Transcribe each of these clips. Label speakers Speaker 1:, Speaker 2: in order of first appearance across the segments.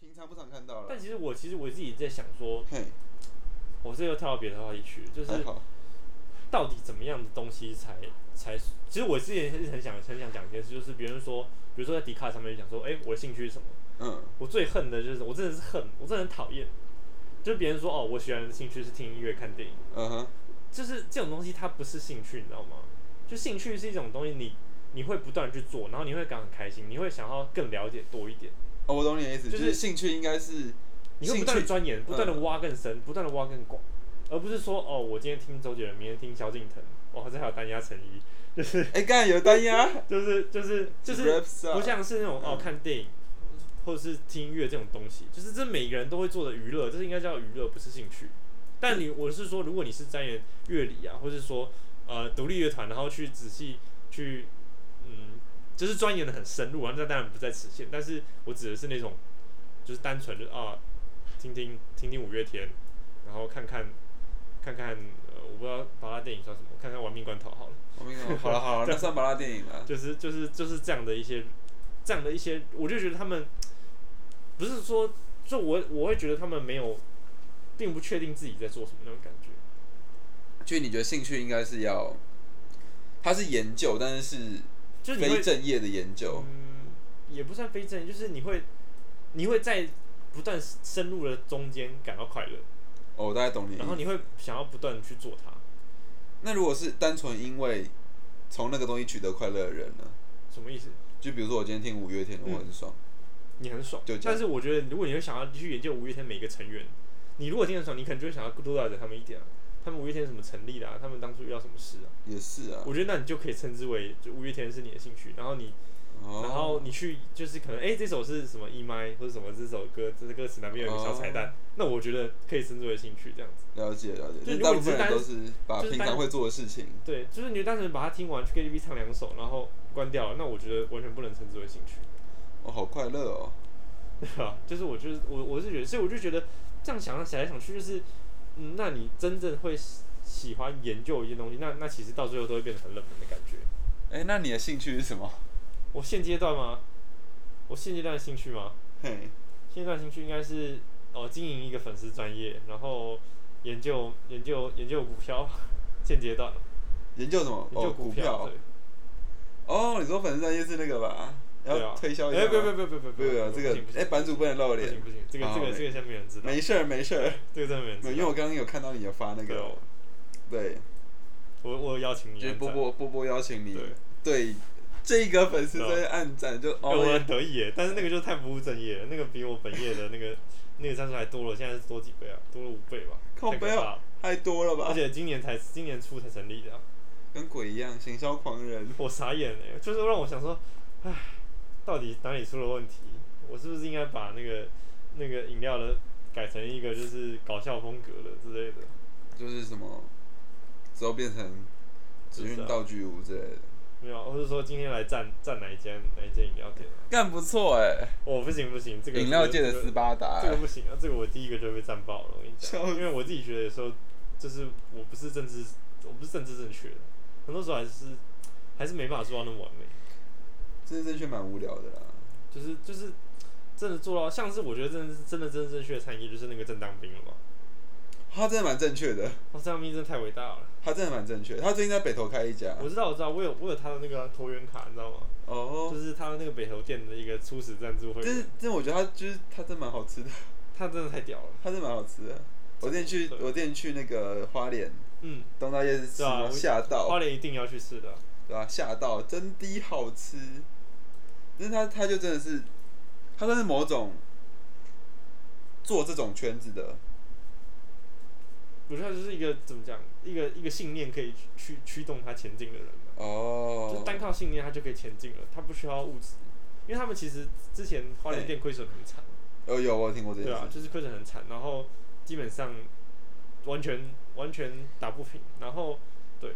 Speaker 1: 经常不常看到了。
Speaker 2: 但其实我其实我自己在想说，
Speaker 1: 嘿，
Speaker 2: 我这又跳到别的话题去了，就是
Speaker 1: 还好，
Speaker 2: 到底怎么样的东西才才？其实我之前是很想很想讲一件事，就是别人说，比如说在迪卡上面讲说，哎、我的兴趣是什么？
Speaker 1: 嗯，
Speaker 2: 我最恨的就是，我真的是恨，我真的很讨厌，就是别人说哦，我喜欢的兴趣是听音乐、看电影，
Speaker 1: 嗯哼，
Speaker 2: 就是这种东西它不是兴趣，你知道吗？就兴趣是一种东西你，你会不断地去做，然后你会感到很开心，你会想要更了解多一点，
Speaker 1: 哦，我懂你的意思，
Speaker 2: 就
Speaker 1: 就是是兴趣应该是
Speaker 2: 你会不
Speaker 1: 兴
Speaker 2: 断的
Speaker 1: 趣，
Speaker 2: 钻研，
Speaker 1: 嗯
Speaker 2: 不断的挖更深，不断的挖更广，而不是说哦，我今天听周杰伦，明天听萧敬腾，哇，这还有单压成一，就是
Speaker 1: 哎，刚才有单压，
Speaker 2: 就是就是就是
Speaker 1: rap star
Speaker 2: 不像是那种哦看电影或者是听音乐这种东西，就是这每个人都会做的娱乐，这是应该叫娱乐，不是兴趣。但你我是说，如果你是钻研乐理啊，或是说呃独立乐团，然后去仔细去嗯，就是钻研的很深入啊，那当然不在此限。但是我指的是那种就是单纯的啊，听听听听五月天，然后看看看看呃，我不知道巴拉电影算什么，看看玩命关头好了。
Speaker 1: 我明白了，好了 好了，那算巴拉电影了，
Speaker 2: 就是就是就是这样的一些，这样的一些，我就觉得他们不是说，就我我会觉得他们没有，并不确定自己在做什么那种感觉。
Speaker 1: 就你觉得兴趣应该是要，它是研究，但是
Speaker 2: 就是
Speaker 1: 是
Speaker 2: 你会
Speaker 1: 非正业的研究，
Speaker 2: 嗯，也不算非正，就是你会你会在不断深入的中间感到快乐，
Speaker 1: 哦，我大概懂你的意
Speaker 2: 然后
Speaker 1: 思。
Speaker 2: 你会想要不断地去做它。
Speaker 1: 那如果是单纯因为从那个东西取得快乐的人呢？
Speaker 2: 什么意思？
Speaker 1: 就比如说我今天听五月
Speaker 2: 嗯
Speaker 1: 天，我很爽，
Speaker 2: 你很爽
Speaker 1: 就，这样
Speaker 2: 但是我觉得如果你会想要去研究五月天每一个成员，你如果听得爽，你可能就会想要多了解他们一点啊。他们五月天怎么成立的、啊？他们当初遇到什么事啊？
Speaker 1: 也是啊。
Speaker 2: 我觉得那你就可以称之为就五月天是你的兴趣，然后你，
Speaker 1: 哦
Speaker 2: 然后你去就是可能哎、诶这首是什么 E m i 或者什么这首歌，这歌词哪边有一个小彩蛋，那我觉得可以称之为兴趣这样子。
Speaker 1: 了解了解，
Speaker 2: 就如
Speaker 1: 就大
Speaker 2: 果你
Speaker 1: 部
Speaker 2: 是
Speaker 1: 分
Speaker 2: 单
Speaker 1: 人都是把
Speaker 2: 就是
Speaker 1: 平
Speaker 2: 单
Speaker 1: 常会做的事情，
Speaker 2: 对，就是你单纯把它听完去 KTV 唱两首，然后关掉，那我觉得完全不能称之为兴趣，
Speaker 1: 哦，好快乐哦。
Speaker 2: 对吧？就是我就是我我是觉得，所以我就觉得这样想想来想去，就是嗯，那你真正会喜喜欢研究一件东西，那那其实到最后都会变得很冷门的感觉。
Speaker 1: 哎、那你的兴趣是什么？
Speaker 2: 我现阶段吗？我现阶段的兴趣吗？
Speaker 1: 嘿，
Speaker 2: 现在兴趣应该是哦，经营一个粉丝专业，然后研究研究研究股票， 现阶段
Speaker 1: 研究什么？
Speaker 2: 研
Speaker 1: 哦，
Speaker 2: 究
Speaker 1: 股
Speaker 2: 票，
Speaker 1: 票。哦，你说粉丝专业是那个吧？
Speaker 2: 对对啊
Speaker 1: 要，推销一下
Speaker 2: 哎，
Speaker 1: 吗。
Speaker 2: 不不不不不
Speaker 1: 不不，这个
Speaker 2: 不行
Speaker 1: 哎，版主不能露
Speaker 2: 不行
Speaker 1: 脸。
Speaker 2: 不行，这个
Speaker 1: 好
Speaker 2: 这个
Speaker 1: 没
Speaker 2: 这个先没人知道，
Speaker 1: 没事儿没事儿，
Speaker 2: 这个真的没人
Speaker 1: 没有
Speaker 2: 知
Speaker 1: 因为
Speaker 2: 道
Speaker 1: 我。刚刚有看到你有发那
Speaker 2: 对
Speaker 1: 个
Speaker 2: 哦，
Speaker 1: 对，
Speaker 2: 我我有邀请你，
Speaker 1: 就是
Speaker 2: 按
Speaker 1: 波
Speaker 2: 赞
Speaker 1: 波波波邀请你
Speaker 2: 对，
Speaker 1: 对这个粉丝
Speaker 2: 对哦
Speaker 1: 专业暗赞就
Speaker 2: 哎我
Speaker 1: 哦，
Speaker 2: 很得意耶，但是那个就太不务正业了，那个比我本业的那个那个赞数还多了，现在是多几倍啊，多了五倍吧，
Speaker 1: 靠
Speaker 2: 太可
Speaker 1: 背
Speaker 2: 怕
Speaker 1: 哦
Speaker 2: 了，
Speaker 1: 太多了
Speaker 2: 而
Speaker 1: 吧，
Speaker 2: 且今年才今年初才成立的啊。
Speaker 1: 跟鬼一样，行销狂人。
Speaker 2: 我傻眼了，就是让我想说，唉，到底哪里出了问题？我是不是应该把那个那个饮料的改成一个就是搞笑风格的之类的？
Speaker 1: 就是什么
Speaker 2: 啊
Speaker 1: 之后变成只
Speaker 2: 就是
Speaker 1: 运
Speaker 2: 啊
Speaker 1: 道具屋之类的，
Speaker 2: 没有，或者说今天来站站哪一间哪一间饮料店？
Speaker 1: 干不错哎、
Speaker 2: 哦，不行不行，这个
Speaker 1: 饮料界的
Speaker 2: 这个
Speaker 1: 斯巴达、
Speaker 2: 这个不行啊，这个我第一个就被站爆了，我跟你讲
Speaker 1: 笑，死
Speaker 2: 因为我自己觉得有时候就是我不是政治，我不是政治正确的，很多时候还是还是没办法做到那么完美。
Speaker 1: 这正确蛮无聊的啦。
Speaker 2: 就是就是真的做到，像是我觉得真的是真的真正正确的餐饮业就是那个正当兵了吧？
Speaker 1: 他真的蛮正确的，
Speaker 2: 哦，正当兵真的太伟大了。
Speaker 1: 他真的蛮正确。他最近在北投开一家
Speaker 2: 我知道我知道，我有我有他的那个投缘卡，你知道吗？
Speaker 1: 哦
Speaker 2: 就，是他的那个北投店的一个初始赞助会
Speaker 1: 但是
Speaker 2: 员，
Speaker 1: 但是我觉得他就是他真的蛮好吃的，
Speaker 2: 他真的太屌了。
Speaker 1: 他真的蛮好吃的。我之前去
Speaker 2: 对
Speaker 1: 我之前去那个花莲
Speaker 2: 嗯，
Speaker 1: 东大夜市吃
Speaker 2: 对啊
Speaker 1: 嘛，
Speaker 2: 我
Speaker 1: 吓到
Speaker 2: 花莲一定要去吃的。
Speaker 1: 对吧、吓到真的好吃，但是他他就真的是，他算是某种做这种圈子的
Speaker 2: 我觉得他就是一个怎么讲，一个一个信念可以驱驱动他前进的人吧。
Speaker 1: 哦
Speaker 2: 就单靠信念他就可以前进了，他不需要物质，因为他们其实之前花莲店亏损很惨。
Speaker 1: 哦，有我有听过这件
Speaker 2: 对
Speaker 1: 事。
Speaker 2: 啊，就是亏损很惨，然后基本上完全完全打不平，然后对，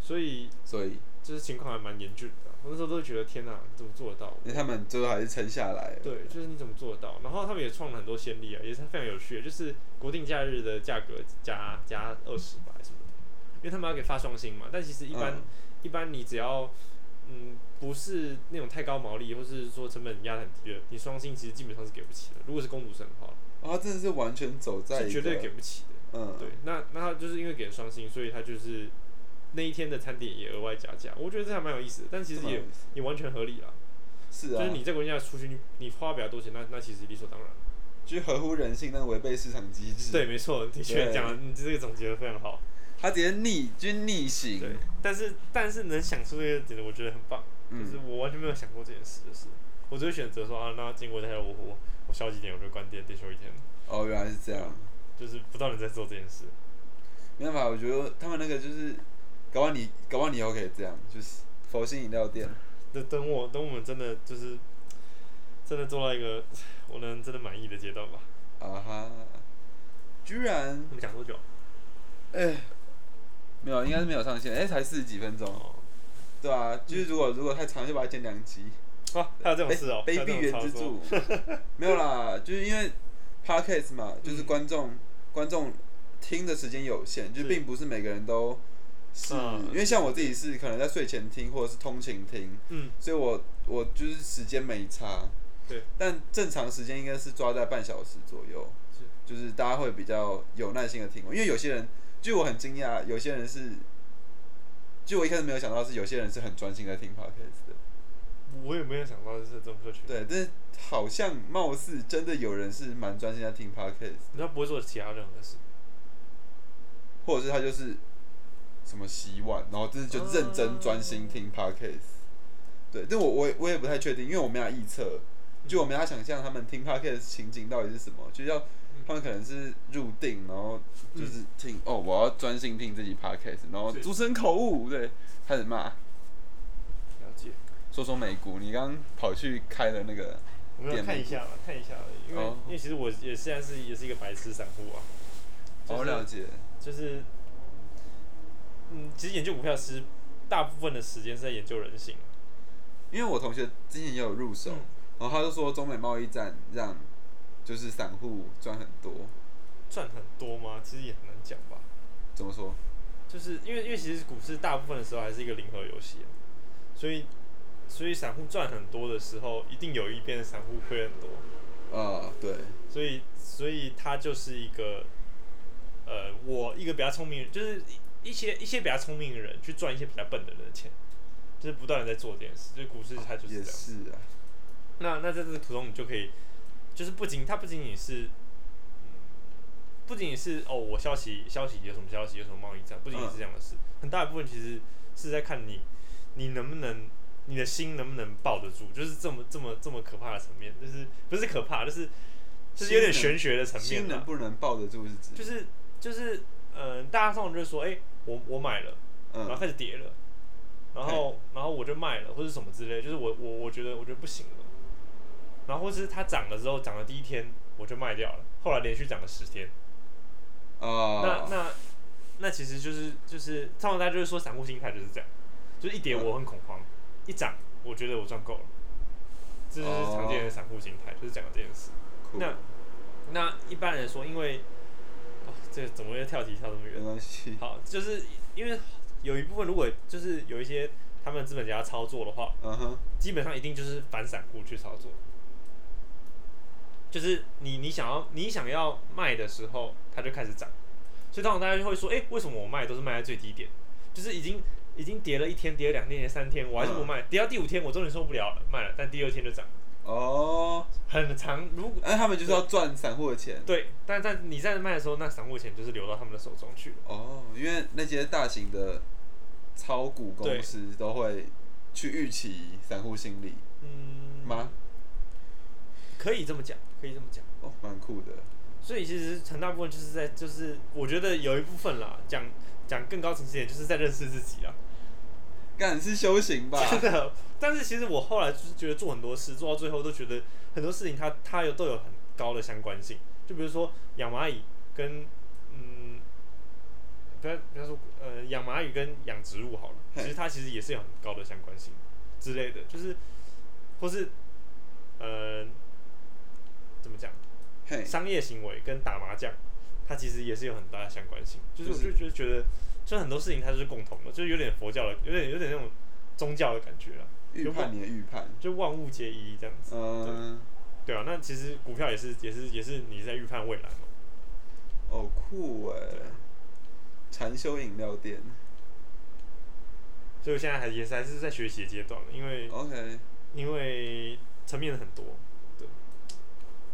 Speaker 2: 所以
Speaker 1: 所以
Speaker 2: 就是情况还蛮严峻的啊。我那时候都觉得天哪、你怎么做得到？
Speaker 1: 因为他们最后还是撑下来了。
Speaker 2: 对，就是你怎么做得到？然后他们也创了很多先例啊，也是非常有趣的，就是国定假日的价格加加二十吧，还是什么的，因为他们要给发双薪嘛。但其实一般、
Speaker 1: 嗯
Speaker 2: 一般你只要嗯，不是那种太高毛利，或是说成本压得很低的，你双薪其实基本上是给不起的。如果是公主生的话，
Speaker 1: 哦，他真的是完全走在一
Speaker 2: 是
Speaker 1: 个
Speaker 2: 绝对给不起的。
Speaker 1: 嗯，
Speaker 2: 对，那那他就是因为给了双薪，所以他就是那一天的餐点也额外加价，我觉得这还蛮有意思的，但其实
Speaker 1: 这蛮有
Speaker 2: 也
Speaker 1: 意思
Speaker 2: 也完全合理啦。
Speaker 1: 是
Speaker 2: 就
Speaker 1: 啊，
Speaker 2: 是你在国家出去，你你花比较多钱，那那其实理所当然。
Speaker 1: 去合乎人性，但违背市场机制。
Speaker 2: 对，，没错，的确
Speaker 1: 对
Speaker 2: 讲得你这个总结的非常好。
Speaker 1: 他直接逆，就是逆行。
Speaker 2: 对，但是但是能想出这个点的，我觉得很棒。
Speaker 1: 嗯
Speaker 2: 就是我完全没有想过这件事，就是我只会选择说啊，那经过这条我我我消极点，我就关店店休一天，
Speaker 1: 哦，原来是这样。
Speaker 2: 就是不知道你在做这件事。
Speaker 1: 没办法，我觉得他们那个就是，搞完你，搞完你以后可以这样，就是佛心饮料店。
Speaker 2: 等等我等我们真的就是真的做到一个我能真的满意的阶段吧。
Speaker 1: 啊哈，居然，
Speaker 2: 我们讲多久？
Speaker 1: 哎、没有，应该是没有上线，哎、才四十几分钟。
Speaker 2: 哦，
Speaker 1: 对啊，就是如果如果太长，就把它剪两集。
Speaker 2: 啊，还有这种事哦，
Speaker 1: 卑
Speaker 2: 还有这
Speaker 1: 鄙
Speaker 2: 种
Speaker 1: 原
Speaker 2: 操
Speaker 1: 哎之
Speaker 2: 作。
Speaker 1: 助， 没有啦，就是因为 podcast 嘛，就是
Speaker 2: 嗯
Speaker 1: 观众、观众听的时间有限，就是并不是每个人都是，
Speaker 2: 嗯
Speaker 1: 因为像我自己是可能在睡前听或者是通勤听，
Speaker 2: 嗯，
Speaker 1: 所以我我就是时间没差，
Speaker 2: 对，
Speaker 1: 但正常时间应该是抓在半小时左右，
Speaker 2: 是
Speaker 1: 就是大家会比较有耐心的听我，因为有些人，就我很惊讶，有些人是，就我一开始没有想到是有些人是很专心在听 podcast 的。
Speaker 2: 我也没有想到就是这种社群。
Speaker 1: 对，但是好像貌似真的有人是蛮专心在听 podcast，
Speaker 2: 你知道不会做其他任何事，
Speaker 1: 或者是他就是什么洗碗，然后真的就认真专心听 podcast。对，但我我也我也不太确定，因为我没有臆测，就我没有想象他们听 podcast 的情景到底是什么，就要他们可能是入定，然后就是听、哦，我要专心听自己 podcast，然后
Speaker 2: 是
Speaker 1: 主持人口误，对，开始骂，
Speaker 2: 了解。
Speaker 1: 说说美股，你刚刚跑去开了那个，
Speaker 2: 我们要看一下嘛，看一下而已，因为、
Speaker 1: 哦
Speaker 2: 因为其实我也现在是也是一个白痴散户啊，
Speaker 1: 好
Speaker 2: 就是
Speaker 1: 哦了解，
Speaker 2: 就是，嗯，其实研究股票其实大部分的时间是在研究人性，
Speaker 1: 因为我同学之前也有入手。
Speaker 2: 嗯
Speaker 1: 然后他就说中美贸易战让就是散户赚很多，
Speaker 2: 赚很多吗？其实也很难讲吧，
Speaker 1: 怎么说？
Speaker 2: 就是因为因为其实股市大部分的时候还是一个零和游戏、啊，所以所以散户赚很多的时候，一定有一边的散户亏很多，
Speaker 1: 啊、对，
Speaker 2: 所以所以他就是一个，呃，我一个比较聪明人，就是一一些一些比较聪明的人去赚一些比较笨的人的钱，就是不断的在做这件事，就是股市它就是这
Speaker 1: 也
Speaker 2: 样。
Speaker 1: 是啊，
Speaker 2: 那那在这个途中，你就可以，就是不仅它不仅仅是，嗯不仅仅是哦，我消息消息有什么消息，有什么贸易战，不仅
Speaker 1: 嗯
Speaker 2: 仅是这样的事，很大一部分其实是在看你你能不能你的心能不能抱得住，就是这么这么这么可怕的层面，就是不是可怕，就是就是有点
Speaker 1: 心能
Speaker 2: 玄学的层
Speaker 1: 心
Speaker 2: 面
Speaker 1: 能
Speaker 2: 啊，
Speaker 1: 不能抱得住是指，
Speaker 2: 就是就是嗯、呃大家通常就是说，哎、我我买了，然后
Speaker 1: 嗯，
Speaker 2: 开始跌了，然后然后我就卖了或者什么之类，就是我我我觉得我觉得不行了，然后或是它涨了之后涨了第一天我就卖掉了，后来连续涨了十天，那
Speaker 1: 啊，
Speaker 2: 那那其实就是就是通常大家就是说散户心态就是这样，就是一跌
Speaker 1: 嗯
Speaker 2: 我很恐慌，一涨我觉得我赚够了，这就是常见的散户心态，就是讲的这件事。
Speaker 1: 酷
Speaker 2: 那那一般来说，因为哦，这个怎么又跳题跳这么远
Speaker 1: 没？关系，
Speaker 2: 好，就是因为有一部分如果就是有一些他们资本家操作的话，
Speaker 1: 嗯哼，
Speaker 2: 基本上一定就是反散户去操作，就是你你想要你想要卖的时候，它就开始涨，所以通常大家就会说，哎、为什么我卖都是卖在最低点？就是已经已经跌了一天，跌了两天，跌了三天，我还是不卖，跌到第五天我终于受不了了，卖了，但第六天就涨，
Speaker 1: 哦，
Speaker 2: 很长，如果
Speaker 1: 那他们就是要赚散户的钱，
Speaker 2: 对，但但你在卖的时候，那散户的钱就是流到他们的手中去了。
Speaker 1: 哦，因为那些大型的炒股公司都会去预期散户心理
Speaker 2: 嗯，
Speaker 1: 吗？
Speaker 2: 可以这么讲，可以这么讲。
Speaker 1: 哦，蛮酷的，
Speaker 2: 所以其实很大部分就是在，就是我觉得有一部分啦，讲讲更高层次一点，就是在认识自己啊，
Speaker 1: 干是修行吧？
Speaker 2: 真的。但是其实我后来就是觉得做很多事，做到最后都觉得很多事情它它有都有很高的相关性，就比如说养蚂蚁跟嗯，不要不要说呃养蚂蚁跟养植物好了，
Speaker 1: 嘿
Speaker 2: 其实它其实也是有很高的相关性之类的，就是或是呃怎么讲？
Speaker 1: 嘿，
Speaker 2: 商业行为跟打麻将，它其实也是有很大的相关性。就是我
Speaker 1: 就是
Speaker 2: 就就觉得，就很多事情它就是共同的，就是有点佛教的，有点有点那种宗教的感觉啊，
Speaker 1: 预判你的预判，
Speaker 2: 就万物皆一这样子。
Speaker 1: 嗯，
Speaker 2: 对啊，那其实股票也是也是也是你在预判未来嘛。
Speaker 1: 哦酷哎
Speaker 2: 对啊，
Speaker 1: 禅修饮料店
Speaker 2: 所以我现在还也是还是在学习的阶段嘛，因
Speaker 1: 哦
Speaker 2: 为
Speaker 1: ，OK，
Speaker 2: 因为层面很多，对。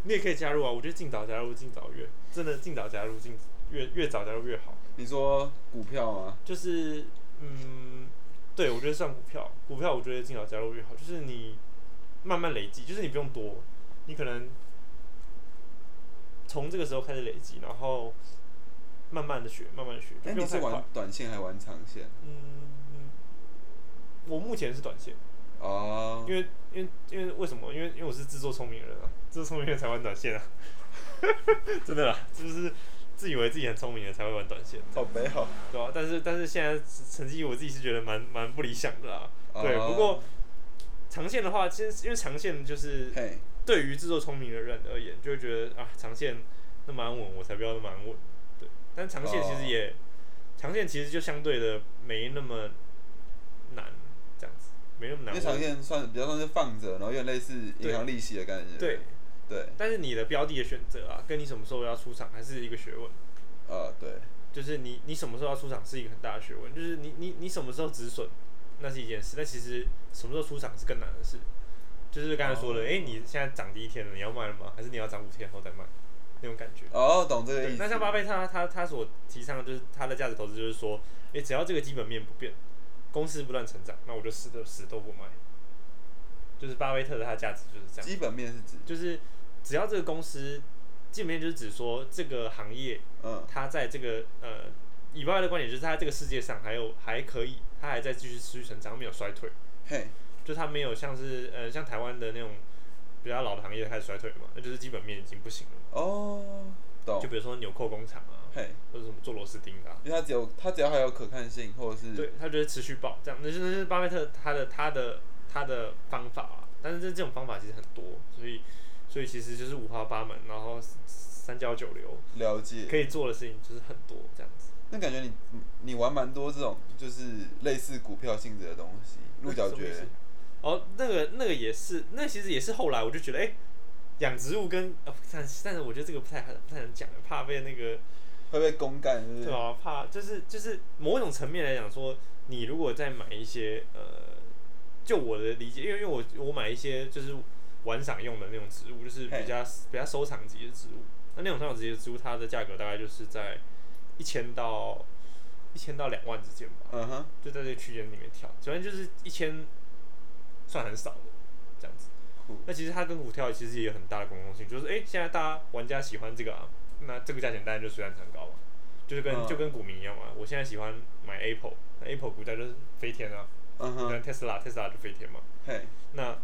Speaker 2: 你也可以加入啊，我觉得尽早加入尽早越，真的尽早加入尽越越早加入越好。
Speaker 1: 你说股票吗？
Speaker 2: 就是嗯，对我觉得算股票，股票我觉得尽早加入越好，就是你慢慢累积，就是你不用多，你可能从这个时候开始累积，然后慢慢的学，慢慢的学，就
Speaker 1: 哎，
Speaker 2: 不
Speaker 1: 你
Speaker 2: 用
Speaker 1: 是
Speaker 2: 太快
Speaker 1: 玩。短线还玩长线？
Speaker 2: 嗯，我目前是短线，
Speaker 1: 哦
Speaker 2: 因，为因为因为为什么？因为因为我是自作聪明的人啊，自作聪明的人才玩短线啊，
Speaker 1: 啊
Speaker 2: 真的啦，就是自以为自己很聪明的才会玩短线，
Speaker 1: 好美好，
Speaker 2: 对吧、但是但是现在成绩我自己是觉得蛮蛮不理想的啦。对，
Speaker 1: 哦
Speaker 2: 不过长线的话，其实因为长线就是
Speaker 1: 嘿，
Speaker 2: 对于自作聪明的人而言，就会觉得啊，长线那么安稳，我才不要那么安稳。对，但长线其实也，
Speaker 1: 哦
Speaker 2: 长线其实就相对的没那么难，这样子没那么
Speaker 1: 因
Speaker 2: 难。
Speaker 1: 为长线算比较算是放着，然后有点类似银行利息的感觉，
Speaker 2: 对，
Speaker 1: 对，
Speaker 2: 但是你的标的的选择啊，跟你什么时候要出场还是一个学问。
Speaker 1: 呃，对，
Speaker 2: 就是你你什么时候要出场是一个很大的学问，就是你你你什么时候止损，那是一件事，但其实什么时候出场是更难的事。就是刚才说的，
Speaker 1: 哦
Speaker 2: 诶，你现在涨第一天了，你要卖了吗？还是你要涨五天后再卖？那种感觉。
Speaker 1: 哦，懂这个意
Speaker 2: 对，
Speaker 1: 思。
Speaker 2: 那像巴菲特他他他所提倡的就是他的价值投资，就是说，诶，只要这个基本面不变，公司不断成长，那我就死都死都不卖。就是巴菲特的他的价值就是这样。
Speaker 1: 基本面是指，
Speaker 2: 就是只要这个公司基本面就是指说这个行业
Speaker 1: 嗯，
Speaker 2: 它在这个呃以外的观点就是它在这个世界上还有还可以，它还在继续持续成长，没有衰退，
Speaker 1: 嘿，
Speaker 2: 就它没有像是呃像台湾的那种比较老的行业开始衰退嘛，那就是基本面已经不行了。
Speaker 1: 哦，懂
Speaker 2: 就，比如说纽扣工厂啊，
Speaker 1: 嘿，
Speaker 2: 或者什么做螺丝钉的、啊，
Speaker 1: 因为它只有它只要还有可看性，或者是
Speaker 2: 对，他觉得持续爆这样，那就是那就是巴菲特他的他的他的方法啊。但是这这种方法其实很多，所以所以其实就是五花八门，然后三教九流，
Speaker 1: 了解，
Speaker 2: 可以做的事情就是很多这样子。
Speaker 1: 那感觉你你你玩蛮多这种就是类似股票性质的东西，鹿角
Speaker 2: 什么意思
Speaker 1: 蕨，
Speaker 2: 哦，那个那个也是，那其实也是后来我就觉得，哎、养植物跟呃，但是但是我觉得这个不太不太能讲，怕被那个
Speaker 1: 会被公干，是不
Speaker 2: 对
Speaker 1: 是？
Speaker 2: 啊，怕就是就是某种层面来讲说，你如果再买一些呃，就我的理解，因为因为我我买一些就是玩赏用的那种植物，就是比较比较收藏级的植物，那那种收藏级的植物，它的价格大概就是在一千到一千到两万之间吧。
Speaker 1: 嗯哼，
Speaker 2: 就在这个区间里面跳，主要就是一千，算很少的这样子。
Speaker 1: 酷，
Speaker 2: 那其实它跟股票其实也有很大的共通性，就是哎、诶现在大家玩家喜欢这个啊，那这个价钱当然就水涨船高嘛，啊就是跟、
Speaker 1: 嗯
Speaker 2: 就跟股民一样嘛。我现在喜欢买 Apple，那 Apple 股价就是飞天啊，
Speaker 1: 嗯
Speaker 2: 那、
Speaker 1: 哼，
Speaker 2: Tesla Tesla 就飞天嘛。
Speaker 1: 嘿，
Speaker 2: 那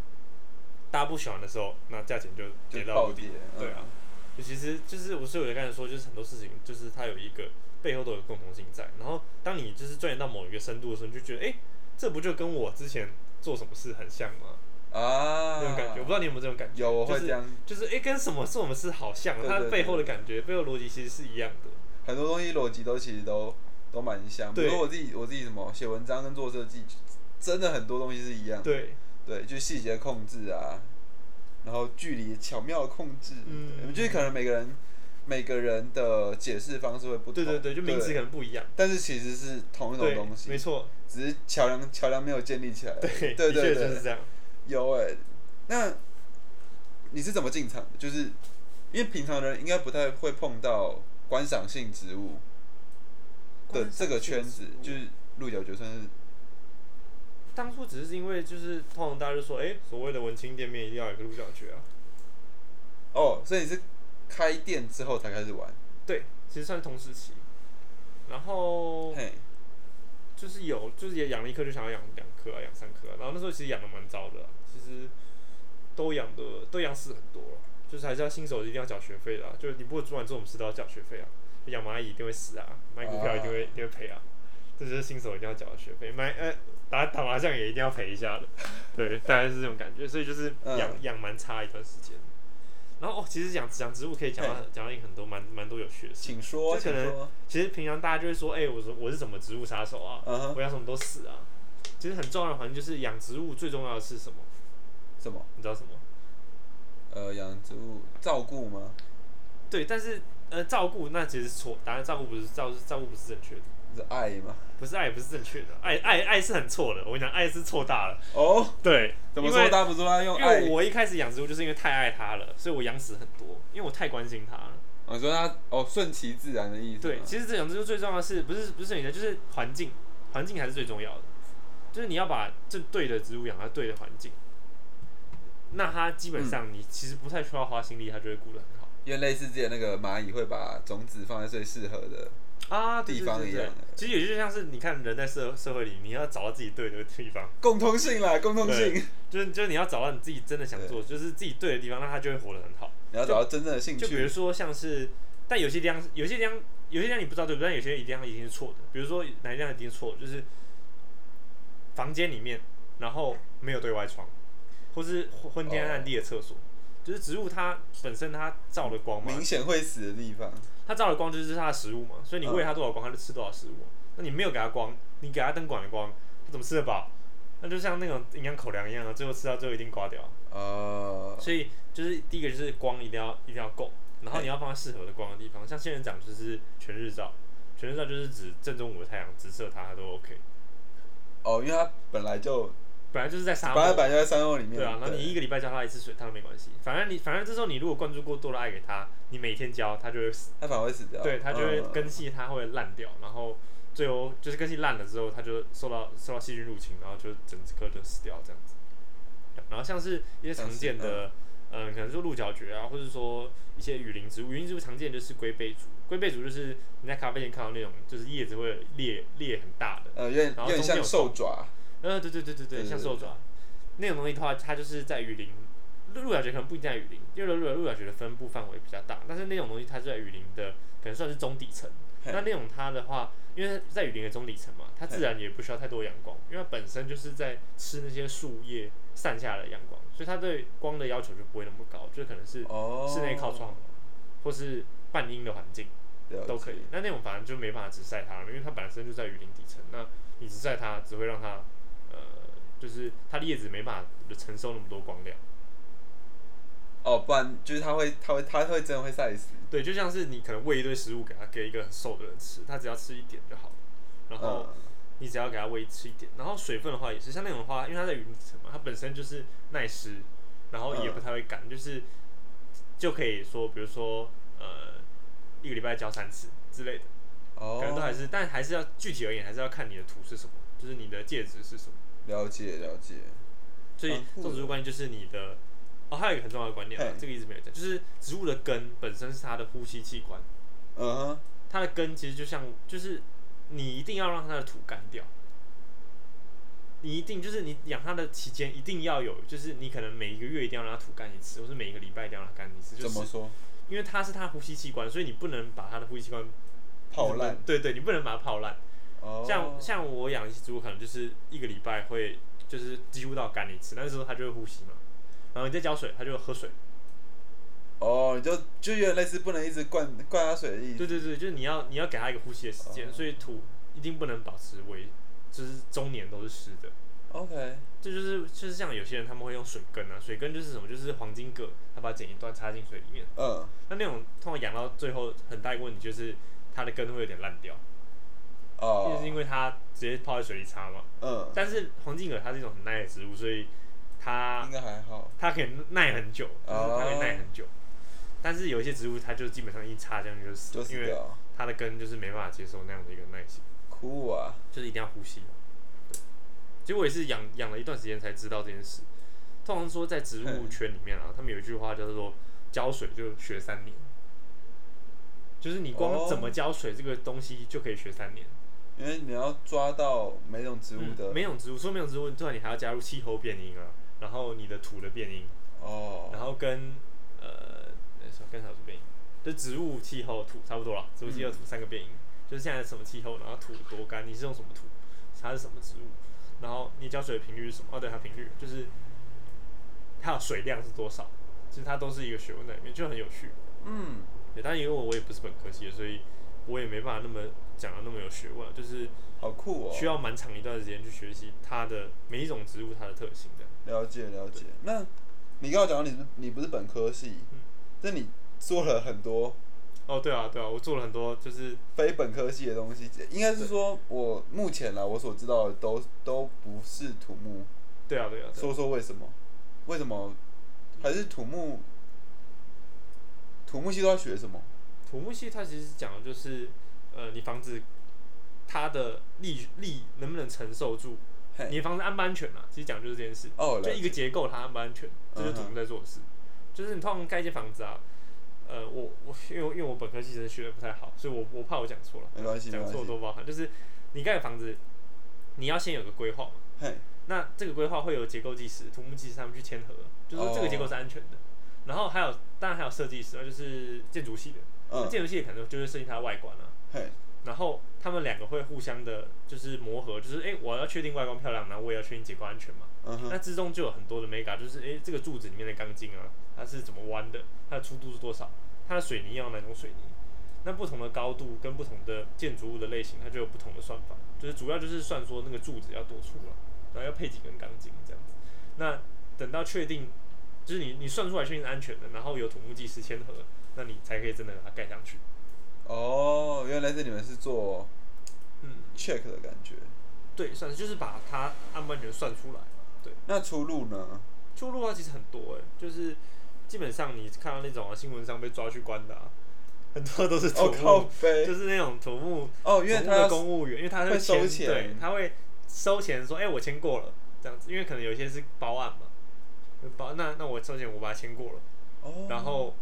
Speaker 2: 大家不喜欢的时候，那价钱就跌
Speaker 1: 就
Speaker 2: 到
Speaker 1: 暴
Speaker 2: 谷底
Speaker 1: 跌，嗯
Speaker 2: 对啊，就其实就是我所以我刚才说，就是很多事情就是它有一个背后都有共同性在。然后当你就是钻研到某一个深度的时候，你就觉得哎、诶这不就跟我之前做什么事很像吗？
Speaker 1: 嗯啊，
Speaker 2: 那种感觉，我不知道你有没有这种感觉？
Speaker 1: 有我会这样，
Speaker 2: 就是哎、诶跟什么做什么事好像，啊
Speaker 1: 对
Speaker 2: 它
Speaker 1: 对
Speaker 2: 背后的
Speaker 1: 对
Speaker 2: 感觉、背后逻辑其实是一样的。
Speaker 1: 很多东西逻辑都其实都都蛮像，比
Speaker 2: 对
Speaker 1: 如说我自己我自己什么写文章跟做设计，真的很多东西是一样，
Speaker 2: 对，
Speaker 1: 对，就细节控制啊，然后距离巧妙的控制，
Speaker 2: 嗯
Speaker 1: 对就是可能每个人每个人的解释方式会不同，
Speaker 2: 对对对，就名词可能不一样。
Speaker 1: 但是其实是同一种
Speaker 2: 对
Speaker 1: 东，西
Speaker 2: 没，错，
Speaker 1: 只是桥梁桥梁没有建立起来而已，
Speaker 2: 对，
Speaker 1: 对对
Speaker 2: 的确就是
Speaker 1: 对，
Speaker 2: 这样。
Speaker 1: 有哎、那你是怎么进场的？就是因为平常人应该不太会碰到观赏性植物的这个圈子，就是鹿角蕨算是
Speaker 2: 当初只是因为就是通常大家就说，哎、所谓的文青店面一定要有一个鹿角蕨啊。
Speaker 1: 哦，所以你是开店之后才开始玩，
Speaker 2: 对，其实算是同时期。然后
Speaker 1: 嘿，
Speaker 2: 就是有，就是也养了一颗，就想要养两颗啊，养三颗啊。然后那时候其实养的蛮糟的啊、其实都养的都养死很多了、就是还是要新手一定要缴学费的、啊，就是你不管做完这种事都要缴学费啊。养蚂蚁一定会死啊，买股票一定会、
Speaker 1: 啊
Speaker 2: 一定会赔啊，这就是新手一定要缴的学费。买呃打打麻将也一定要赔一下的，对，大概是这种感觉。所以就是
Speaker 1: 嗯
Speaker 2: 养养蛮差一段时间。然后哦，其实养养植物可以讲到
Speaker 1: 嘿
Speaker 2: 讲到一个很多蛮蛮多有趣的事。
Speaker 1: 请说，
Speaker 2: 这
Speaker 1: 请
Speaker 2: 可能
Speaker 1: 说，
Speaker 2: 其实平常大家就会说，哎、我是我是什么植物杀手啊，
Speaker 1: 嗯哼，
Speaker 2: 我要什么都死啊。其实很重要的环境就是养植物最重要的是什么？
Speaker 1: 什么？
Speaker 2: 你知道什么？
Speaker 1: 呃，养植物照顾吗？
Speaker 2: 对，但是呃，照顾那其实是错，答案照顾不是照照顾不是正确的，
Speaker 1: 是爱吗？
Speaker 2: 不是爱也不是正确的，爱爱爱是很错的。我跟你讲，爱是错大了。
Speaker 1: 哦，
Speaker 2: 对，
Speaker 1: 怎么
Speaker 2: 因
Speaker 1: 说
Speaker 2: 为
Speaker 1: 大不说他用
Speaker 2: 因
Speaker 1: 爱
Speaker 2: 为？我一开始养植物就是因为太爱它了，所以我养死很多，因为我太关心它了。
Speaker 1: 我说他哦，顺其自然的意思吗。
Speaker 2: 对，其实这养植物最重要的是不是不是你的，就是环境，环境还是最重要的，就是你要把这对的植物养到对的环境，那它基本上你其实不太需要花心力，它就会顾得很好。
Speaker 1: 因为类似之前那个蚂蚁会把种子放在最适合的，
Speaker 2: 啊，对
Speaker 1: 地
Speaker 2: 对
Speaker 1: 方
Speaker 2: 对
Speaker 1: 一
Speaker 2: 对
Speaker 1: 样的
Speaker 2: 其实也就像是你看人在社社会里，你要找到自己对的地方，
Speaker 1: 共通性啦，共通 性。
Speaker 2: 就是就是你要找到你自己真的想
Speaker 1: 对
Speaker 2: 做，就是自己对的地方，那他就会活得很好。
Speaker 1: 你要找到真正的兴
Speaker 2: 就比如
Speaker 1: 趣。
Speaker 2: 说像是，但有些地方有些地方有些地方你不知道对不对，但有些地方一定是错的。比如说哪一地方一定是错的，就是房间里面，然后没有对外窗，或是昏昏天暗地的厕所。就是植物它本身它照的光嘛，
Speaker 1: 明显会死的地方，
Speaker 2: 它照的光就是它的食物嘛，所以你喂它多少光，它就吃多少食物嘛。那你没有给它光，你给它灯管的光，它怎么吃得饱？那就像那种营养口粮一样啊，最后吃到最后一定挂掉啊。
Speaker 1: 呃，
Speaker 2: 所以就是第一个就是光一定要一定要够，然后你要放在适合的光的地方。像仙人掌就是全日照，全日照就是指正中午的太阳直射它，它都 OK。
Speaker 1: 哦，因为它本来就
Speaker 2: 本来就是在沙
Speaker 1: 本来
Speaker 2: 漠，
Speaker 1: 本来就在山洞里面，
Speaker 2: 对啊，然后你一个礼拜浇它一次水，它都没关系。反正你反正这时候你如果灌注过多的爱给它，你每天浇它就会死，
Speaker 1: 它反而会死掉，
Speaker 2: 对它就会
Speaker 1: 嗯
Speaker 2: 根系它会烂掉，然后最后就是根系烂了之后，它就受到受到细菌入侵，然后就整棵就死掉这样子。然后像是一些常见的，嗯、可能说鹿角蕨啊，或者说一些雨林植物，雨林植物常见就是龟背竹，龟背竹就是你在咖啡店看到那种，就是叶子会有裂裂很大的，
Speaker 1: 呃，有点
Speaker 2: 然
Speaker 1: 有
Speaker 2: 后
Speaker 1: 点
Speaker 2: 中间
Speaker 1: 像
Speaker 2: 有
Speaker 1: 兽爪，
Speaker 2: 呃，对对对对
Speaker 1: 对
Speaker 2: 对，
Speaker 1: 对
Speaker 2: 像
Speaker 1: 对
Speaker 2: 兽爪那种东西的话，它就是在雨林，鹿鹿角蕨可能不一定在雨林，因为鹿角鹿角蕨的分布范围比较大，但是那种东西它就在雨林的可能算是中底层。
Speaker 1: 嘿
Speaker 2: 那那种它的话，因为在雨林的中底层嘛，它自然也不需要太多阳光，因为它本身就是在吃那些树叶散下来的阳光，所以它对光的要求就不会那么高，就可能是
Speaker 1: 哦，
Speaker 2: 室内靠窗或是半阴的环境
Speaker 1: 了解
Speaker 2: 都可以。那那种反正就没办法直晒它了，因为它本身就在雨林底层，那你直晒它只会让它呃，就是它的叶子没办法承受那么多光亮。
Speaker 1: 哦，不然就是它会它会它会真的会晒死，
Speaker 2: 对，就像是你可能喂一堆食物给它，给一个很瘦的人吃，它只要吃一点就好了，然后。
Speaker 1: 嗯
Speaker 2: 你只要给它喂吃一点，然后水分的话也是，像那种的话，因为它在云底层嘛，它本身就是耐湿，然后也
Speaker 1: 嗯
Speaker 2: 不太会干，就是就可以说，比如说呃，一个礼拜浇三次之类的，可能都还
Speaker 1: 哦，
Speaker 2: 是，但还是要具体而言，还是要看你的图是什么，就是你的介质是什么。
Speaker 1: 了解了解，
Speaker 2: 所以
Speaker 1: 蛮酷的
Speaker 2: 种植物观念就是你的，哦，还有一个很重要的观念啊
Speaker 1: 哦嘿，
Speaker 2: 这个一直没有讲，就是植物的根本身是它的呼吸器官，
Speaker 1: 嗯哼，
Speaker 2: 它的根其实就像，就是你一定要让它的土干掉，你一定就是你养它的期间一定要有，就是你可能每一个月一定要让它土干一次，或是每一个礼拜一定要让它干一次，就
Speaker 1: 怎
Speaker 2: 是
Speaker 1: 么说？
Speaker 2: 因为它是它的呼吸器官，所以你不能把它的呼吸器官
Speaker 1: 泡烂，，
Speaker 2: 对对，你不能把它泡烂。
Speaker 1: 哦，
Speaker 2: 像像我养一些植物，可能就是一个礼拜会就是几乎到干一次，那时候它就会呼吸嘛，然后你再浇水，它就会喝水。
Speaker 1: 哦，你就就有点类似不能一直灌灌它水的意思，
Speaker 2: 对对对，就是你要你要给它一个呼吸的时间，
Speaker 1: 哦
Speaker 2: 所以土一定不能保持为就是终年都是湿的。
Speaker 1: ，OK，
Speaker 2: 这就是就是像有些人他们会用水根啊，水根就是什么，就是黄金葛，他把它剪一段插进水里面。
Speaker 1: 嗯，
Speaker 2: 那那种通常养到最后很大一个问题就是它的根会有点烂掉，
Speaker 1: 哦，
Speaker 2: 就是因为它直接泡在水里插嘛。
Speaker 1: 嗯，
Speaker 2: 但是黄金葛它是一种很耐的植物，所以它
Speaker 1: 应该还好，
Speaker 2: 它可以耐很久，就是它可以耐很久。但是有一些植物它就基本上一插这样就死，
Speaker 1: 就死
Speaker 2: 因为
Speaker 1: 掉，
Speaker 2: 它的根就是没办法接受那样的一个耐性。
Speaker 1: 酷啊，
Speaker 2: 就是一定要呼吸嘛。对，其实我也是养养了一段时间才知道这件事。通常说在植物
Speaker 1: 嗯
Speaker 2: 圈里面啊，他们有一句话叫做“浇水就学三年”，就是你
Speaker 1: 哦
Speaker 2: 光怎么浇水这个东西就可以学三年。
Speaker 1: 因为你要抓到每种植物的
Speaker 2: 嗯，每种哦植物，说每种植物，突然你还要加入气候变音啊，然后你的土的变音，
Speaker 1: 哦，
Speaker 2: 然后跟呃，呃什么跟啥变音？就植物、气候、土差不多啦，植物、气候、土三个变音，就是现在什么气候，然后土多干，你是用什么土，它是什么植物，然后你浇水的频率是什么？哦，对，它频率就是它的水量是多少，其实它都是一个学问在里面，就很有趣。
Speaker 1: 嗯，
Speaker 2: 对，但因为我也不是本科系的，所以我也没办法那么讲的那么有学问，啊就是
Speaker 1: 好酷哦！
Speaker 2: 需要蛮长一段时间去学习它的每一种植物它的特性的。
Speaker 1: 了解了解。那你刚刚讲到你是你不是本科系
Speaker 2: 嗯，
Speaker 1: 但你做了很多
Speaker 2: 哦，对啊，对啊，我做了很多就是
Speaker 1: 非本科系的东西，应该是说我目前啊啦，我所知道的都都不是土木。
Speaker 2: 对啊，对啊，对啊
Speaker 1: 说说为什么？为什么？还是土木？土木系都要学什么？
Speaker 2: 土木系它其实讲的就是呃，你房子它的力力能不能承受住，
Speaker 1: 嘿，
Speaker 2: 你的房子安不安全啊？其实讲的就是这件事。
Speaker 1: 哦，了
Speaker 2: 就
Speaker 1: 解
Speaker 2: 一
Speaker 1: 嗯
Speaker 2: 个结构它安不安全，这就是土木在做的事。就是你通常盖一间房子啊，呃，我我因为我因为我本科其实学的不太好，所以我我怕我讲错了，
Speaker 1: 没关系，没
Speaker 2: 讲
Speaker 1: 关
Speaker 2: 错
Speaker 1: 系。
Speaker 2: 多包涵。就是你盖房子，你要先有个规划嘛，
Speaker 1: 嘿，
Speaker 2: 那这个规划会有结构技师、土木技师他们去签合，就是说这个
Speaker 1: 哦
Speaker 2: 结构是安全的。然后还有当然还有设计师啊，就是建筑系的，那
Speaker 1: 嗯，
Speaker 2: 建筑系的可能就是设计它的外观啊。
Speaker 1: 嘿，
Speaker 2: 然后他们两个会互相的，就是磨合，就是诶，我要确定外观漂亮，然后我也要确定结构安全嘛。
Speaker 1: 嗯哼，
Speaker 2: 那之中就有很多的 mega，就是诶、这个柱子里面的钢筋啊，它是怎么弯的，它的粗度是多少，它的水泥要哪种水泥，那不同的高度跟不同的建筑物的类型，它就有不同的算法，就是主要就是算说那个柱子要多粗了、然后要配几根钢筋这样子。那等到确定，就是你你算出来确定是安全的，然后有土木技师签合，那你才可以真的把它盖上去。
Speaker 1: 哦，原来是你们是做
Speaker 2: 嗯，
Speaker 1: check 的感觉。
Speaker 2: 对，算是就是把它按完全算出来。对。
Speaker 1: 那出路呢？
Speaker 2: 出路啊，其实很多哎、就是基本上你看到那种、啊、新闻上被抓去关的、啊，很多都是土
Speaker 1: 哦
Speaker 2: 木，
Speaker 1: 靠背
Speaker 2: 就是那种土木，
Speaker 1: 哦，因为
Speaker 2: 土木
Speaker 1: 他
Speaker 2: 的公务员，因为他
Speaker 1: 会收
Speaker 2: 签
Speaker 1: 钱
Speaker 2: 对，他会收钱说，哎、我签过了这样子，因为可能有一些是包案嘛，包那那我收钱，我把它签过了，
Speaker 1: 哦，
Speaker 2: 然后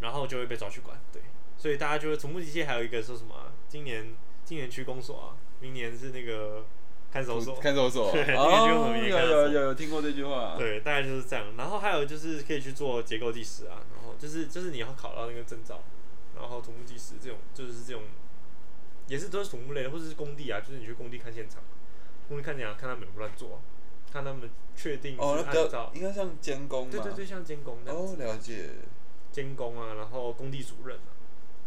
Speaker 2: 然后就会被抓去管，对，所以大家就会土木机械还有一个说什么啊、今年今年区公所啊，明年是那个看守所，
Speaker 1: 看守 所，
Speaker 2: 对那个就
Speaker 1: 哦，
Speaker 2: 很
Speaker 1: 有
Speaker 2: 明显看守
Speaker 1: 有
Speaker 2: 所
Speaker 1: 有有听过这句话，
Speaker 2: 对，大概就是这样。然后还有就是可以去做结构技师啊，然后就是就是你要考到那个证照，然后土木技师这种就是这种，也是都是土木类的，或者是工地啊，就是你去工地看现场，工地看现场看他们有没有乱做，看他们确定是
Speaker 1: 哦，那比
Speaker 2: 按照
Speaker 1: 较，应该像监工嘛，
Speaker 2: 对对对，像监工那样
Speaker 1: 哦
Speaker 2: 子，，
Speaker 1: 了解，
Speaker 2: 监工啊，然后工地主任啊，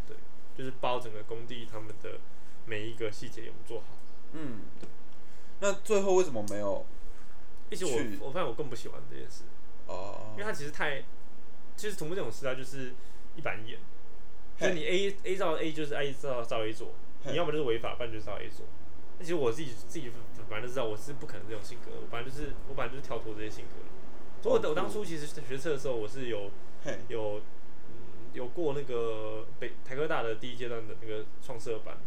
Speaker 2: 对，就是包整个工地他们的每一个细节有没有做好。
Speaker 1: 嗯，那最后为什么没有？
Speaker 2: 而且
Speaker 1: 去
Speaker 2: 我我发现我更不喜欢这件事，
Speaker 1: 哦
Speaker 2: 因为，它其实太，其实土木这种事啊，就是一板一眼，就
Speaker 1: 嘿
Speaker 2: 是你 A A 照 A 就是 A 照照 A 做，
Speaker 1: 嘿
Speaker 2: 你要么就是违法，不然就是照 A 做。那其实我自己自己反正知道我是不可能这种性格，我本来就是我本来就是跳脱这些性格的。
Speaker 1: 哦
Speaker 2: 所以我我当初其实学车的时候，我是有
Speaker 1: 嘿，
Speaker 2: 有、嗯有过那个北台科大的第一阶段的那个创社班，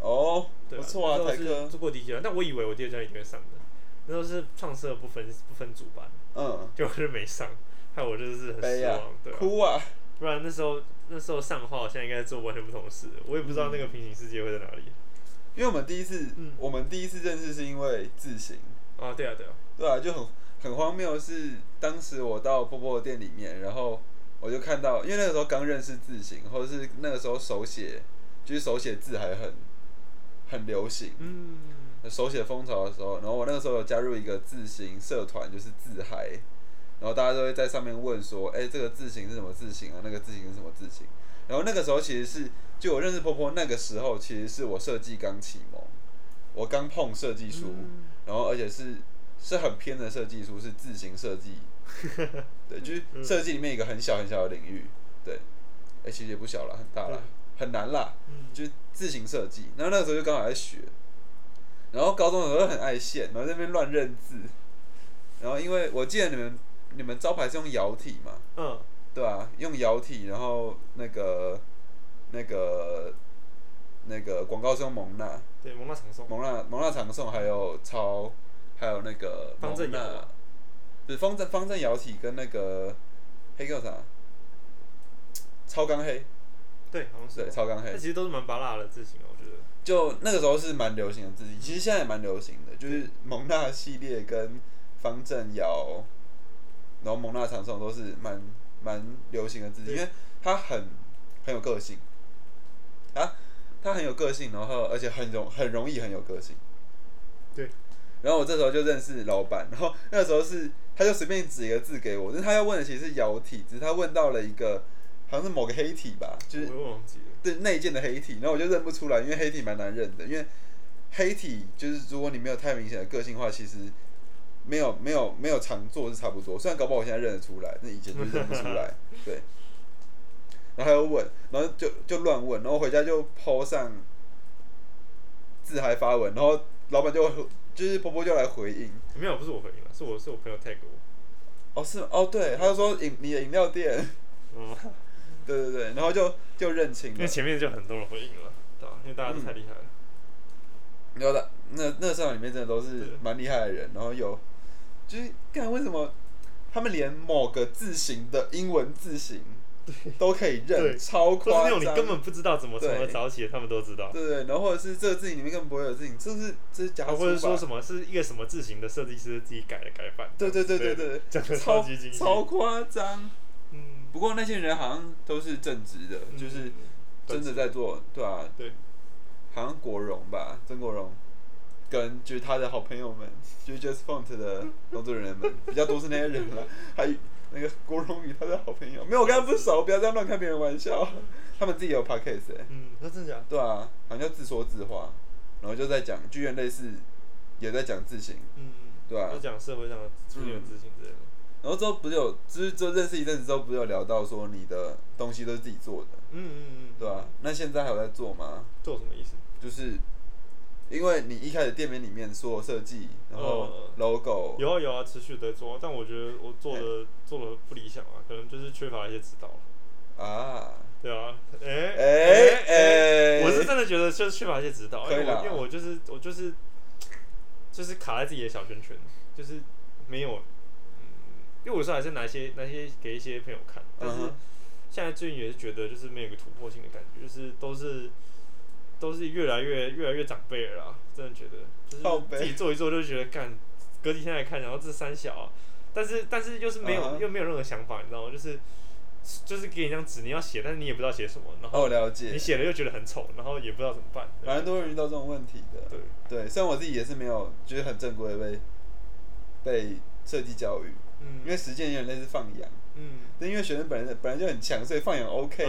Speaker 1: 哦，
Speaker 2: 对、
Speaker 1: 不
Speaker 2: 啊，
Speaker 1: 错啊，
Speaker 2: 那
Speaker 1: 台
Speaker 2: 时候是
Speaker 1: 科，
Speaker 2: 做过第一阶段，但我以为我第二阶段已经会上的，那时候是创社不分不分组班，
Speaker 1: 嗯，
Speaker 2: 结果就是没上，害我就是很
Speaker 1: 悲
Speaker 2: 失
Speaker 1: 啊
Speaker 2: 望，对、啊，
Speaker 1: 哭啊，
Speaker 2: 不然那时候那时候上的话，我现在应该做完全不同的事，我也不知道那
Speaker 1: 嗯
Speaker 2: 个平行世界会在哪里。
Speaker 1: 因为我们第一次
Speaker 2: 嗯，
Speaker 1: 我们第一次认识是因为自行，
Speaker 2: 哦，对啊，对啊，
Speaker 1: 对啊，就很很荒谬，是当时我到波波的店里面，然后我就看到，因为那个时候刚认识字形，或者是那个时候手写，就是手写字还很很流行，
Speaker 2: 嗯，
Speaker 1: 手写风潮的时候，然后我那个时候有加入一个字形社团，就是字嗨，然后大家都会在上面问说，哎、这个字形是什么字形啊？那个字形是什么字形？然后那个时候其实是，就我认识波波那个时候，其实是我设计刚启蒙，我刚碰设计书。
Speaker 2: 嗯
Speaker 1: 然后而且是是很偏的设计书，是自行设计，对，就是设计里面一个很小很小的领域，对，哎、其实也不小了，很大了，很难啦，
Speaker 2: 嗯
Speaker 1: 就是自行设计。然后那个时候就刚好在学，然后高中的时候很爱线，然后在那边乱认字，然后因为我记得你们你们招牌是用摇体嘛，
Speaker 2: 嗯，
Speaker 1: 对啊，用摇体，然后那个那个那个广告是用蒙娜，
Speaker 2: 对，蒙娜长松，
Speaker 1: 蒙娜蒙娜长颂，还有超，还有那个
Speaker 2: 方正
Speaker 1: 蒙
Speaker 2: 瑶
Speaker 1: 娜
Speaker 2: 啊，
Speaker 1: 不是方正方正姚体跟那个黑叫啥？超钢黑，
Speaker 2: 对，好像是
Speaker 1: 对，。超钢黑
Speaker 2: 那，其实都是蛮拔辣的字形啊，我觉得。
Speaker 1: 就那个时候是蛮流行的字体，其实现在也蛮流行的，就是蒙娜系列跟方正瑶，然后蒙娜长颂都是蛮蛮流行的字体，
Speaker 2: 对
Speaker 1: 因为它很很有个性啊，它很有个性，然后而且很容很容易很有个性。
Speaker 2: 对，
Speaker 1: 然后我这时候就认识老板，然后那时候是他就随便指一个字给我，但是他要问的其实是摇体，只是他问到了一个好像是某个黑体吧，就是
Speaker 2: 我又忘记了。
Speaker 1: 对内建的黑体，然后我就认不出来，因为黑体蛮难认的，因为黑体就是如果你没有太明显的个性化，其实没有没有没有常做是差不多。虽然搞不好我现在认得出来，那以前就认不出来，对。然后还有问，然后就就乱问，然后回家就 po 上自嗨发文，然后老板就回就是婆婆就来回应，
Speaker 2: 没有，不是我回应啊了，是我是我朋友 tag 我。
Speaker 1: 哦是吗哦对，他就说饮你的饮料店，
Speaker 2: 嗯，
Speaker 1: 对对对，然后就就认清
Speaker 2: 因
Speaker 1: 了
Speaker 2: 为。前面就很多人回应了，对啊吧、因为大家都
Speaker 1: 嗯
Speaker 2: 太厉害了。
Speaker 1: 你知道的，那那社团里面真的都是
Speaker 2: 对
Speaker 1: 蛮厉害的人，然后有就是看为什么他们连某个字形的英文字形都可以认，
Speaker 2: 对
Speaker 1: 超
Speaker 2: 都是那
Speaker 1: 夸
Speaker 2: 种你
Speaker 1: 张，
Speaker 2: 根本不知道怎么从
Speaker 1: 对
Speaker 2: 何找起的，他们都知道。
Speaker 1: 对对，对然后或者是这个字形里面根本不会有字形，这是这是假
Speaker 2: 啊
Speaker 1: 书
Speaker 2: 或者说
Speaker 1: 吧？
Speaker 2: 什么是一个什么字型的设计师自己改的改版。
Speaker 1: 对对对对
Speaker 2: 对
Speaker 1: 对
Speaker 2: 讲
Speaker 1: 对，
Speaker 2: 的
Speaker 1: 超
Speaker 2: 超级精细。
Speaker 1: 超夸张。
Speaker 2: 嗯，
Speaker 1: 不过那些人好像都是正直的，
Speaker 2: 嗯
Speaker 1: 就是真的在做，对啊，
Speaker 2: 对，
Speaker 1: 好像国荣吧，曾国荣，跟就是他的好朋友们，就是 Just Font 的工作人员们，比较多是那些人了，还有那个国荣与他的好朋友，没有，我跟他不熟，不要这样乱开别人玩笑，他们自己也有 podcast 哎、
Speaker 2: 嗯，那真的假的？
Speaker 1: 对啊，好像叫自说自话，然后就在讲剧院类似，也在讲字形，
Speaker 2: 嗯，
Speaker 1: 对啊
Speaker 2: 就讲社会上的出现的字型之类的。
Speaker 1: 然后之后不是有，就是就认识一阵子之后，不是有聊到说你的东西都是自己做的，
Speaker 2: 嗯嗯嗯，
Speaker 1: 对啊，那现在还有在做吗？
Speaker 2: 做什么意思？
Speaker 1: 就是因为你一开始店面里面所有设计，然后
Speaker 2: 嗯
Speaker 1: logo，、
Speaker 2: 有啊有啊，持续在做啊，但我觉得我做
Speaker 1: 哎
Speaker 2: 的做的不理想啊，可能就是缺乏一些指导。
Speaker 1: 啊，
Speaker 2: 对啊，哎
Speaker 1: 哎
Speaker 2: 哎
Speaker 1: 哎，
Speaker 2: 我是真的觉得就是缺乏一些指导，因
Speaker 1: 可以
Speaker 2: 为我
Speaker 1: 啦
Speaker 2: 因为我就是我就是就是卡在自己的小圈圈，就是没有，嗯，因为我说还是拿一些拿一些给一些朋友看，但
Speaker 1: 嗯
Speaker 2: 是
Speaker 1: 哼
Speaker 2: 现在最近也是觉得就是没有一个突破性的感觉，就是都是都是越来越越来越长辈了啦，真的觉得
Speaker 1: 靠
Speaker 2: 就是
Speaker 1: 北
Speaker 2: 自己做一做就觉得干，隔几天来看，然后这三小、啊，但是但是又是没有、
Speaker 1: 嗯哼
Speaker 2: 又没有任何想法，你知道吗？就是就是给你一张纸，你要写，但是你也不知道写什么，然后
Speaker 1: 哦，了解
Speaker 2: 你，写了又觉得很丑，然后也不知道怎么办。
Speaker 1: 蛮多人遇到这种问题的，
Speaker 2: 对，
Speaker 1: 对，虽然我自己也是没有，就是很正规的被被设计教育，
Speaker 2: 嗯
Speaker 1: 因为实践有点类似放养。
Speaker 2: 嗯，
Speaker 1: 但因为学生本人本来就很强，所以放养 OK，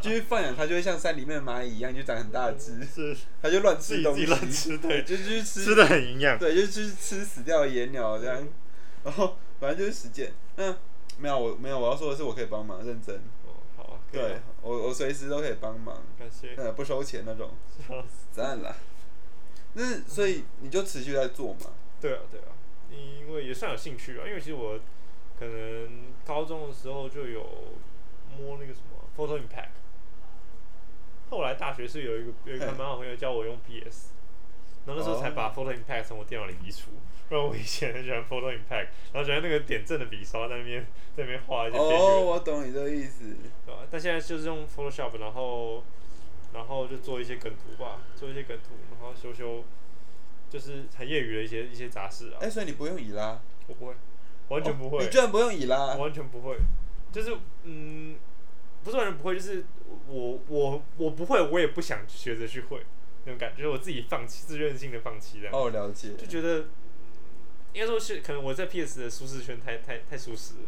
Speaker 1: 就是放养它就会像山里面的蚂蚁一样，就长很大只，
Speaker 2: 是
Speaker 1: 它就乱
Speaker 2: 嗯自
Speaker 1: 吃
Speaker 2: 己
Speaker 1: 东
Speaker 2: 自己
Speaker 1: 西，
Speaker 2: 乱吃，对，
Speaker 1: 就就是吃
Speaker 2: 吃的很营养。
Speaker 1: 对，就是就是吃死掉的野鸟这样， 然后反正就是实践。那没有我没有我要说的是我可以帮忙，认真，
Speaker 2: 哦，好啊，可以
Speaker 1: 对
Speaker 2: 啊，
Speaker 1: 我我随时都可以帮忙，
Speaker 2: 感谢。
Speaker 1: 呃不收钱那种，赞啦。那所以你就持续在做嘛，
Speaker 2: 对啊，对啊，因为也算有兴趣啊，因为其实我可能高中的时候就有摸那个什么 Photo Impact，后来大学是有一个有一个
Speaker 1: 嘿
Speaker 2: 蛮好朋友教我用 PS，然后那时候才
Speaker 1: 哦
Speaker 2: 把 Photo Impact 从我电脑里移除。不然我以前很喜欢 Photo Impact，然后喜欢那个点阵的笔刷在那边在那边画一些边缘。
Speaker 1: 哦，我懂你这个意思，
Speaker 2: 对吧、但现在就是用 Photoshop，然后然后就做一些梗图吧，做一些梗图，然后修修，就是很业余的一些一些杂事啊。
Speaker 1: 哎，所以你不用以拉，
Speaker 2: 我不会，完全不
Speaker 1: 哦
Speaker 2: 会，
Speaker 1: 你居然不用以拉
Speaker 2: 我，完全不会，就是嗯，不是完全不会，就是我我我不会，我也不想学着去会那种感觉，就是我自己放弃，自愿性的放弃这样，
Speaker 1: 哦，了解，
Speaker 2: 就觉得。应该说是，可能我在 PS 的舒适圈太太太舒适了，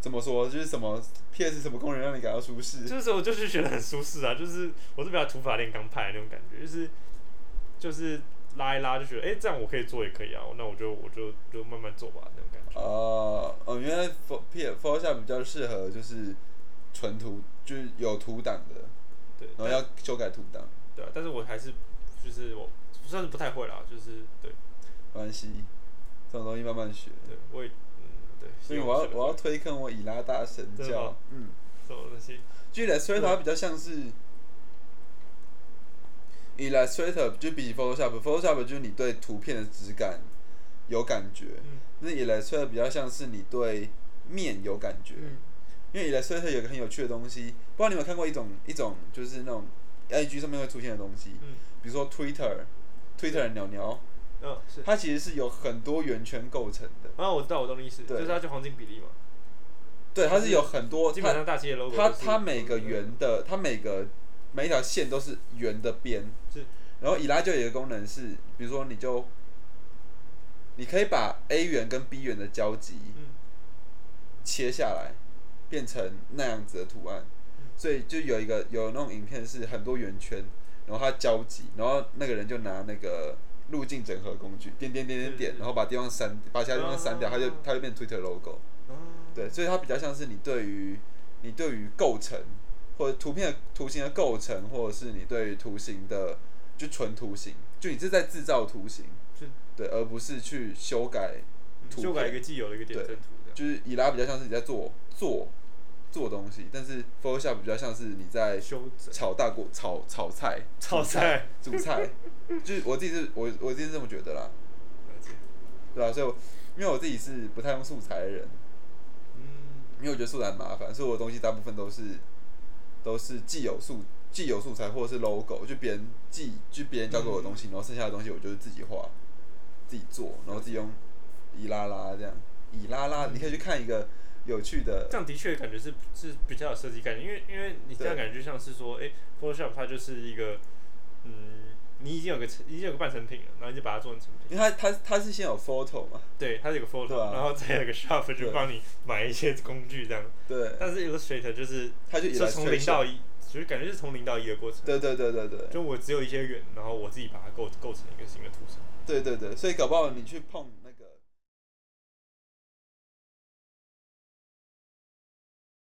Speaker 1: 怎么说就是什么 PS 什么功能让你感到舒适，
Speaker 2: 就是我就是觉得很舒适啊， 就是我是比较土法炼钢派的那种感觉，就是就是拉一拉就觉得，哎、这样我可以做也可以啊，那我就我就就慢慢做吧那种感觉。
Speaker 1: 哦哦，原来 Pho- P Photoshop 比较适合就是纯图，就是有图档的，
Speaker 2: 对，
Speaker 1: 然后
Speaker 2: 但
Speaker 1: 要修改图档，
Speaker 2: 对啊，但是我还是就是我算是不太会啦，就是对
Speaker 1: 没关系，这种东西慢慢学。
Speaker 2: 对，我也嗯对，
Speaker 1: 所以
Speaker 2: 希望
Speaker 1: 我
Speaker 2: 学
Speaker 1: 要
Speaker 2: 得
Speaker 1: 我要
Speaker 2: 会
Speaker 1: 推坑我以拉大神
Speaker 2: 真的
Speaker 1: 教
Speaker 2: 吗，
Speaker 1: 嗯，
Speaker 2: 这种东西，
Speaker 1: 就 Illustrator 它比较像是 Illustrator 就比起 Photoshop，Photoshop 就是你对图片的质感有感觉，
Speaker 2: 嗯
Speaker 1: 那 Illustrator 比较像是你对面有感觉，
Speaker 2: 嗯
Speaker 1: 因为 Illustrator 有一个很有趣的东西，不知道你有没有看过一种一种就是那种 IG 上面会出现的东西，
Speaker 2: 嗯
Speaker 1: 比如说 Twitter，Twitter 的鸟鸟，
Speaker 2: 嗯是，
Speaker 1: 它其实是由很多圆圈构成的，
Speaker 2: 啊我知道我懂你意思，
Speaker 1: 对
Speaker 2: 就是它就黄金比例嘛，
Speaker 1: 对，它是有很多，
Speaker 2: 基
Speaker 1: 它
Speaker 2: 本上大企业 logo
Speaker 1: 它
Speaker 2: 就是嗯
Speaker 1: 它每个圆的，它每个每一条线都是圆的边，
Speaker 2: 是
Speaker 1: 然后以拉就有一个功能是，比如说你就，你可以把 A 圆跟 B 圆的交集
Speaker 2: 嗯
Speaker 1: 切下来，变成那样子的图案，
Speaker 2: 嗯
Speaker 1: 所以就有一个有那种影片是很多圆圈，然后它交集，然后那个人就拿那个路径整合工具点点点点点
Speaker 2: 嗯，嗯
Speaker 1: 然后把地方删，把其他地方删掉，它就它就变 Twitter logo。
Speaker 2: 哦，
Speaker 1: 对，所以它比较像是你对于你对于构成或者图片的图形的构成，或者是你对于图形的就纯图形，就你是在制造图形，
Speaker 2: 就
Speaker 1: 对，而不是去修改图
Speaker 2: 嗯修改一
Speaker 1: 片。
Speaker 2: 个既有的一个点阵图这样。
Speaker 1: 就是以拉比较像是你在做做做东西，但是 Photoshop 比较像是你在
Speaker 2: 修整
Speaker 1: 炒大锅炒炒菜、
Speaker 2: 炒
Speaker 1: 煮
Speaker 2: 菜
Speaker 1: 煮 菜，就是我自己是我我自己是这么觉得啦，
Speaker 2: 了解
Speaker 1: 对啊吧、所以我因为我自己是不太用素材的人，
Speaker 2: 嗯，
Speaker 1: 因为我觉得素材很麻烦，所以我的东西大部分都是都是既有素既有素材或者是 logo，就别人寄就别人交给我的东西，然后剩下的东西我就是自己画、自己做，然后自己用以拉拉这样以拉拉，你可以去看一个有趣的
Speaker 2: 这样的确感觉是是比较有设计概念，因为因为你这样
Speaker 1: 对
Speaker 2: 感觉就像是说，哎、p h o t o s h o p 它就是一个，嗯，你已经有个成，已经有个半成品了，然后你就把它做成成品。
Speaker 1: 因为它它它是先有 photo 嘛，
Speaker 2: 对，它有个 photo，、
Speaker 1: 对啊
Speaker 2: 然后再有个 shop 就
Speaker 1: 对
Speaker 2: 帮你买一些工具这样。
Speaker 1: 对，
Speaker 2: 但是 Illustrator 就是
Speaker 1: 它就
Speaker 2: 是从零
Speaker 1: illustration
Speaker 2: 到一，就是感觉是从零到一的过程。
Speaker 1: 对对对对对
Speaker 2: 就我只有一些圆，然后我自己把它构构成一个新的图形。
Speaker 1: 对对对，所以搞不好你去碰。